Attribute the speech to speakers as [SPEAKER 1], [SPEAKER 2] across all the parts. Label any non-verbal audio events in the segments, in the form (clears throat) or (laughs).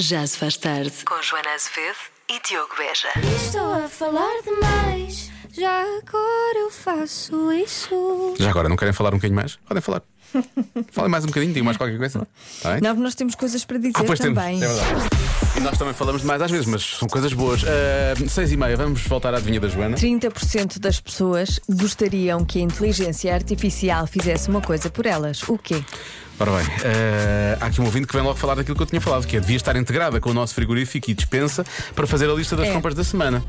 [SPEAKER 1] Já se faz tarde.
[SPEAKER 2] Com Joana Azevedo e Diogo Beja.
[SPEAKER 3] Estou a falar demais. Já agora eu faço isso.
[SPEAKER 4] Já agora, não querem falar um bocadinho mais? Podem
[SPEAKER 5] (laughs)
[SPEAKER 4] falar. Falem mais um bocadinho, digam mais qualquer coisa. Tá bem?
[SPEAKER 5] Não, nós temos coisas para dizer
[SPEAKER 4] ah, pois temos.
[SPEAKER 5] também.
[SPEAKER 4] É verdade. E nós também falamos mais às vezes, mas são coisas boas. Ah, seis e meia, vamos voltar à adivinha da Joana.
[SPEAKER 5] 30% das pessoas gostariam que a inteligência artificial fizesse uma coisa por elas. O quê?
[SPEAKER 4] Ora bem, ah, há aqui um ouvinte que vem logo falar daquilo que eu tinha falado, que é devia estar integrada com o nosso frigorífico e dispensa para fazer a lista das
[SPEAKER 5] É.
[SPEAKER 4] compras da semana.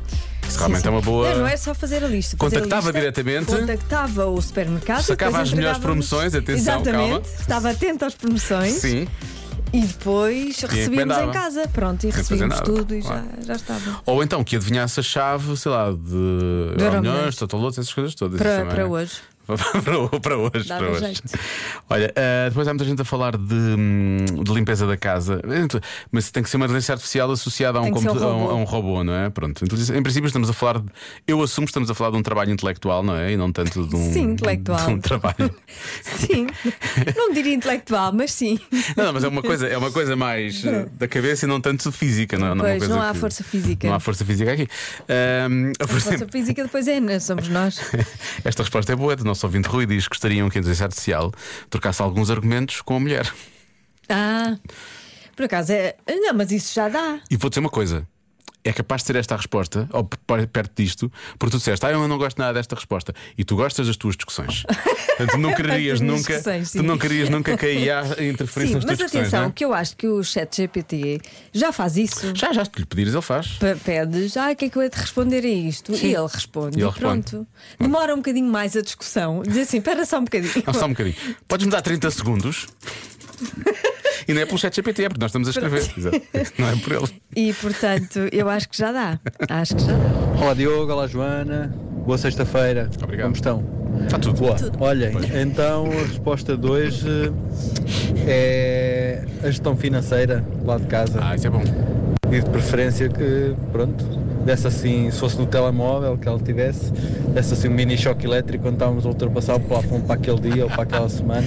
[SPEAKER 4] Isso realmente
[SPEAKER 5] Sim,
[SPEAKER 4] é uma
[SPEAKER 5] sim.
[SPEAKER 4] boa.
[SPEAKER 5] Não, não é só fazer a lista. Fazer a
[SPEAKER 4] Contactava
[SPEAKER 5] lista,
[SPEAKER 4] diretamente.
[SPEAKER 5] Contactava o supermercado.
[SPEAKER 4] Sacava
[SPEAKER 5] depois
[SPEAKER 4] as melhores
[SPEAKER 5] entregávamos-
[SPEAKER 4] promoções, atenção,
[SPEAKER 5] Exatamente.
[SPEAKER 4] calma.
[SPEAKER 5] Estava atento às promoções.
[SPEAKER 4] Sim.
[SPEAKER 5] E depois recebíamos
[SPEAKER 4] encomendava.
[SPEAKER 5] em casa. Pronto,
[SPEAKER 4] Sem
[SPEAKER 5] e
[SPEAKER 4] fazer
[SPEAKER 5] recebíamos
[SPEAKER 4] nada,
[SPEAKER 5] tudo e
[SPEAKER 4] claro.
[SPEAKER 5] já, já estava.
[SPEAKER 4] Ou então que adivinhasse a chave, sei lá, de Euromilhões,
[SPEAKER 5] Euromilhões.
[SPEAKER 4] Totolotes, essas coisas todas.
[SPEAKER 5] Para-
[SPEAKER 4] isso também,
[SPEAKER 5] para
[SPEAKER 4] não é? (laughs)
[SPEAKER 5] hoje.
[SPEAKER 4] para, ho- para hoje.
[SPEAKER 5] Dava
[SPEAKER 4] para hoje.
[SPEAKER 5] um jeito.
[SPEAKER 4] Olha, ah, depois há muita gente a falar de, hum, de limpeza da casa, Então, mas tem que ser uma inteligência artificial associada a um,
[SPEAKER 5] Tem que ser um
[SPEAKER 4] computa- a um-
[SPEAKER 5] robô.
[SPEAKER 4] a um robô, não é? Pronto. Inteligência- Em princípio, estamos a falar, de, eu assumo, que estamos a falar de um trabalho intelectual, não é? E não tanto de um,
[SPEAKER 5] Sim, intelectual.
[SPEAKER 4] De um
[SPEAKER 5] (laughs)
[SPEAKER 4] trabalho.
[SPEAKER 5] Sim. não diria intelectual, mas sim.
[SPEAKER 4] Não, não, mas é uma coisa, é uma coisa mais eh, da cabeça e não tanto física, não, é? não é? uma
[SPEAKER 5] Pois,
[SPEAKER 4] coisa
[SPEAKER 5] não há
[SPEAKER 4] que-
[SPEAKER 5] força física.
[SPEAKER 4] Não há força física aqui. Hum, Ahm, por
[SPEAKER 5] A
[SPEAKER 4] exemplo,
[SPEAKER 5] força física depois é, nós somos nós.
[SPEAKER 4] (laughs) esta resposta é boa, é do nosso ouvinte Rui diz que gostariam que a inteligência artificial trocasse alguns argumentos com a mulher.
[SPEAKER 5] Ah, por acaso é. Não, mas isso já dá.
[SPEAKER 4] E vou dizer uma coisa. É capaz de ser esta a resposta, ou p- p- perto disto, porque tu disseste, ah, eu não gosto nada desta resposta. E tu gostas das tuas discussões. Portanto,
[SPEAKER 5] (laughs)
[SPEAKER 4] não querias
[SPEAKER 5] Das minhas
[SPEAKER 4] nunca,
[SPEAKER 5] discussões,
[SPEAKER 4] tu
[SPEAKER 5] sim.
[SPEAKER 4] não querias nunca que a IA interferisse
[SPEAKER 5] Sim,
[SPEAKER 4] nas tuas
[SPEAKER 5] mas
[SPEAKER 4] discussões.
[SPEAKER 5] atenção,
[SPEAKER 4] não é?
[SPEAKER 5] que eu acho que o chat GPT já faz isso.
[SPEAKER 4] Já, já, se tu lhe pedires, ele faz.
[SPEAKER 5] P- Pedes, ah, o que é que eu hei de responder a isto? E ele responde,
[SPEAKER 4] E ele
[SPEAKER 5] e pronto. Demora um bocadinho mais a discussão. Diz assim, espera só um bocadinho.
[SPEAKER 4] Não, (laughs) só um bocadinho. Podes-me dar 30
[SPEAKER 5] (laughs)
[SPEAKER 4] segundos? e não é pelo chat GPT, é porque nós estamos a escrever. Exato. Não é por ele.
[SPEAKER 5] E portanto, eu acho que já dá. Acho que já dá.
[SPEAKER 6] Olá Diogo, olá Joana, boa sexta-feira.
[SPEAKER 4] Obrigado.
[SPEAKER 6] Como estão?
[SPEAKER 4] Está tudo.
[SPEAKER 6] Boa. Olhem, então a resposta 2 é a gestão financeira lá de casa.
[SPEAKER 4] Ah, isso é bom.
[SPEAKER 6] E de preferência que, pronto, desse assim, se fosse no telemóvel que ela tivesse, desse assim um mini choque elétrico quando estávamos a ultrapassar o plafond para aquele dia ou para aquela semana,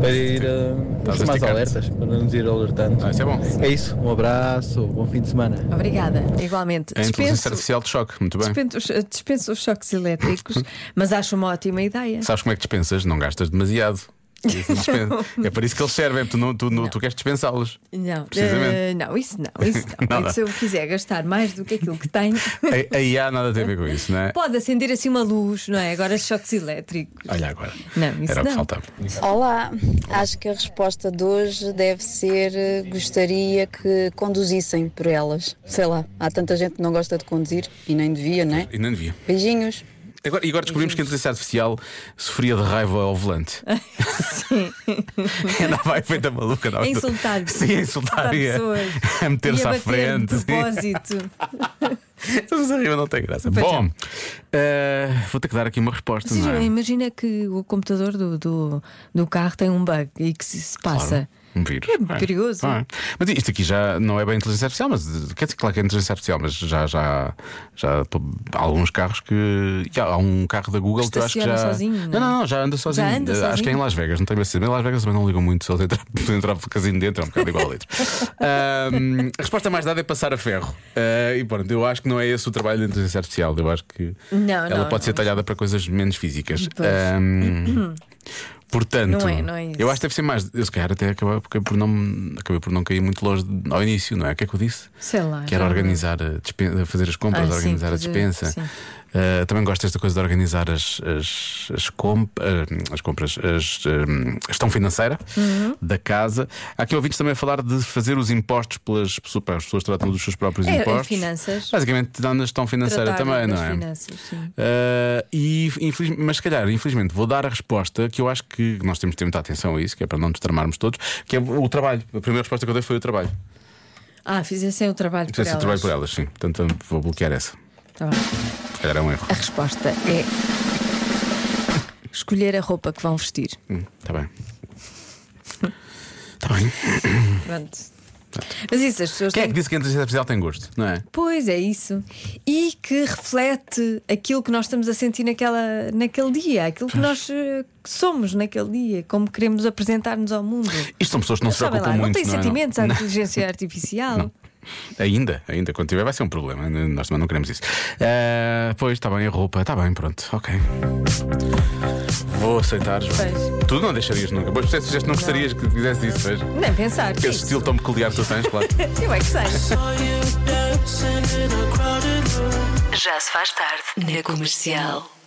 [SPEAKER 6] para ir eh,
[SPEAKER 4] Estás a
[SPEAKER 6] mais
[SPEAKER 4] esticar-te.
[SPEAKER 6] alertas, para nos ir alertando.
[SPEAKER 4] Ah, isso é bom.
[SPEAKER 6] É isso, um abraço, bom fim de semana.
[SPEAKER 5] Obrigada. Igualmente.
[SPEAKER 4] É a inteligência
[SPEAKER 5] Dispenso,
[SPEAKER 4] artificial de choque. Muito bem.
[SPEAKER 5] dispenso os- dispenso os
[SPEAKER 4] (laughs)
[SPEAKER 5] choques elétricos, mas acho uma ótima ideia.
[SPEAKER 4] Sabes como é que dispensas? Não gastas
[SPEAKER 5] (laughs)
[SPEAKER 4] demasiado. Isso dispensa. é para isso que eles servem, tu, não, tu, não- tu queres dispensá-los.
[SPEAKER 5] Não,
[SPEAKER 4] Precisamente.
[SPEAKER 5] eh, não, isso não, isso
[SPEAKER 4] (laughs) Nada.
[SPEAKER 5] não. Se eu quiser gastar mais do que aquilo que tenho, (laughs)
[SPEAKER 4] A, a IA nada tem a ver com isso, não é?
[SPEAKER 5] pode acender assim uma luz, não é? Agora choques elétricos.
[SPEAKER 4] Olha agora.
[SPEAKER 5] Não, isso
[SPEAKER 4] Era o que
[SPEAKER 5] não.
[SPEAKER 4] faltava.
[SPEAKER 7] Olá, acho que a resposta de hoje deve ser eh, gostaria que conduzissem por elas. Sei lá, há tanta gente que não gosta de conduzir e nem devia, né?
[SPEAKER 4] E não devia.
[SPEAKER 7] Beijinhos.
[SPEAKER 4] Agora, e agora descobrimos que a inteligência artificial sofria de raiva ao
[SPEAKER 5] (laughs)
[SPEAKER 4] volante. (laughs) Sim. Andava aí feita maluca. Andava
[SPEAKER 5] A insultar-
[SPEAKER 4] Sim, é a insultar.
[SPEAKER 5] insultar
[SPEAKER 4] e a-
[SPEAKER 5] pessoas.
[SPEAKER 4] A É meter-se
[SPEAKER 5] E a
[SPEAKER 4] à
[SPEAKER 5] bater
[SPEAKER 4] frente.
[SPEAKER 5] De
[SPEAKER 4] sim. (laughs)
[SPEAKER 5] propósito.
[SPEAKER 4] Estamos a rir, não tem graça.
[SPEAKER 5] Pois é.
[SPEAKER 4] Bom, eh, vou ter que dar aqui uma resposta,
[SPEAKER 5] Vocês
[SPEAKER 4] não é?
[SPEAKER 5] Imagina que o computador do, do, do carro tem um bug e que se, se passa.
[SPEAKER 4] Um vírus.
[SPEAKER 5] É perigoso.
[SPEAKER 4] é. Mas isto aqui já não é bem inteligência artificial, mas quer dizer, claro que é inteligência artificial, mas já, já, já tô- há alguns carros que. já há um carro da Google que eu acho que já.
[SPEAKER 5] Estaciona sozinho,
[SPEAKER 4] não,
[SPEAKER 5] não é?
[SPEAKER 4] não, não, já anda sozinho.
[SPEAKER 5] Já anda
[SPEAKER 4] Eh, Acho que é em
[SPEAKER 5] sozinho?
[SPEAKER 4] Las Vegas, não tenho bem certeza. Mas Em Las Vegas também não ligam muito se eles entrar, (laughs) se entrar pelo casino dentro, é um bocado igual a
[SPEAKER 5] (laughs)
[SPEAKER 4] dentro. Ahm, a resposta mais dada é passar a ferro. Eh, e pronto, eu acho que não é esse o trabalho da inteligência artificial. Eu acho que
[SPEAKER 5] Não,
[SPEAKER 4] ela
[SPEAKER 5] não,
[SPEAKER 4] pode ser
[SPEAKER 5] não.
[SPEAKER 4] talhada para coisas menos físicas.
[SPEAKER 5] Pois. (clears throat)
[SPEAKER 4] Ahm, portanto,
[SPEAKER 5] Não é- não é isso.
[SPEAKER 4] eu acho que deve ser mais. Eu se calhar até acabei por- por não, acabei por não cair muito longe de- ao início, não é? O que é que eu disse?
[SPEAKER 5] Sei lá.
[SPEAKER 4] Que era
[SPEAKER 5] já-
[SPEAKER 4] organizar a dispen- fazer as compras,
[SPEAKER 5] Ah, sim,
[SPEAKER 4] organizar a
[SPEAKER 5] fazer-
[SPEAKER 4] dispensa.
[SPEAKER 5] sim.
[SPEAKER 4] Ah, também gosto desta coisa de organizar as, as, as, comp- ah, as compras, as, ah, a gestão financeira
[SPEAKER 5] Uhum.
[SPEAKER 4] da casa. Há aqui ouvintes também a falar de fazer os impostos pelas pessoas, pá, as pessoas tratam dos seus próprios
[SPEAKER 5] É,
[SPEAKER 4] impostos.
[SPEAKER 5] finanças.
[SPEAKER 4] Basicamente, dá na gestão financeira
[SPEAKER 5] Tratar
[SPEAKER 4] também,
[SPEAKER 5] das
[SPEAKER 4] não é?
[SPEAKER 5] finanças, sim.
[SPEAKER 4] Uh, e, infeliz- mas se calhar, infelizmente, vou dar a resposta que eu acho que nós temos de ter muita atenção a isso, que é para não nos tramarmos todos, que é o trabalho. A primeira resposta que eu dei foi o trabalho.
[SPEAKER 5] Ah, fizessem o trabalho por
[SPEAKER 4] Fizesse o
[SPEAKER 5] elas.
[SPEAKER 4] trabalho por elas, sim. Portanto, vou bloquear essa.
[SPEAKER 5] Tá bem.
[SPEAKER 4] Se calhar é um
[SPEAKER 5] (laughs)
[SPEAKER 4] erro.
[SPEAKER 5] A resposta é escolher a roupa que
[SPEAKER 4] Hum,
[SPEAKER 5] vão vestir.
[SPEAKER 4] Está tá bem. Está bem.
[SPEAKER 5] Pronto. Mas isso, as pessoas
[SPEAKER 4] Quem é
[SPEAKER 5] têm
[SPEAKER 4] que disse que a inteligência artificial tem gosto? Não é?
[SPEAKER 5] Pois é isso. E que reflete aquilo que nós estamos a sentir naquela, naquele dia, aquilo que nós eh, somos naquele dia, como queremos apresentar-nos ao mundo.
[SPEAKER 4] Isto são pessoas que não
[SPEAKER 5] Eles
[SPEAKER 4] se
[SPEAKER 5] sabem
[SPEAKER 4] preocupam
[SPEAKER 5] lá, não
[SPEAKER 4] muito.
[SPEAKER 5] têm
[SPEAKER 4] é?
[SPEAKER 5] sentimentos à
[SPEAKER 4] Não. (laughs)
[SPEAKER 5] inteligência artificial.
[SPEAKER 4] Não. Ainda, ainda, quando tiver vai ser um problema. Nós também não queremos isso. Ah, pois, está bem, a roupa, está bem, pronto, ok. Vou aceitar, João.
[SPEAKER 5] Pois.
[SPEAKER 4] Tu não deixarias nunca. Pois, se fizeste, não gostarias que fizesse isso, pois.
[SPEAKER 5] Nem pensar.
[SPEAKER 4] Esse
[SPEAKER 5] isso.
[SPEAKER 4] estilo tão peculiar que tu tens, claro.
[SPEAKER 5] Eu é que sei.
[SPEAKER 2] Já se faz tarde na comercial.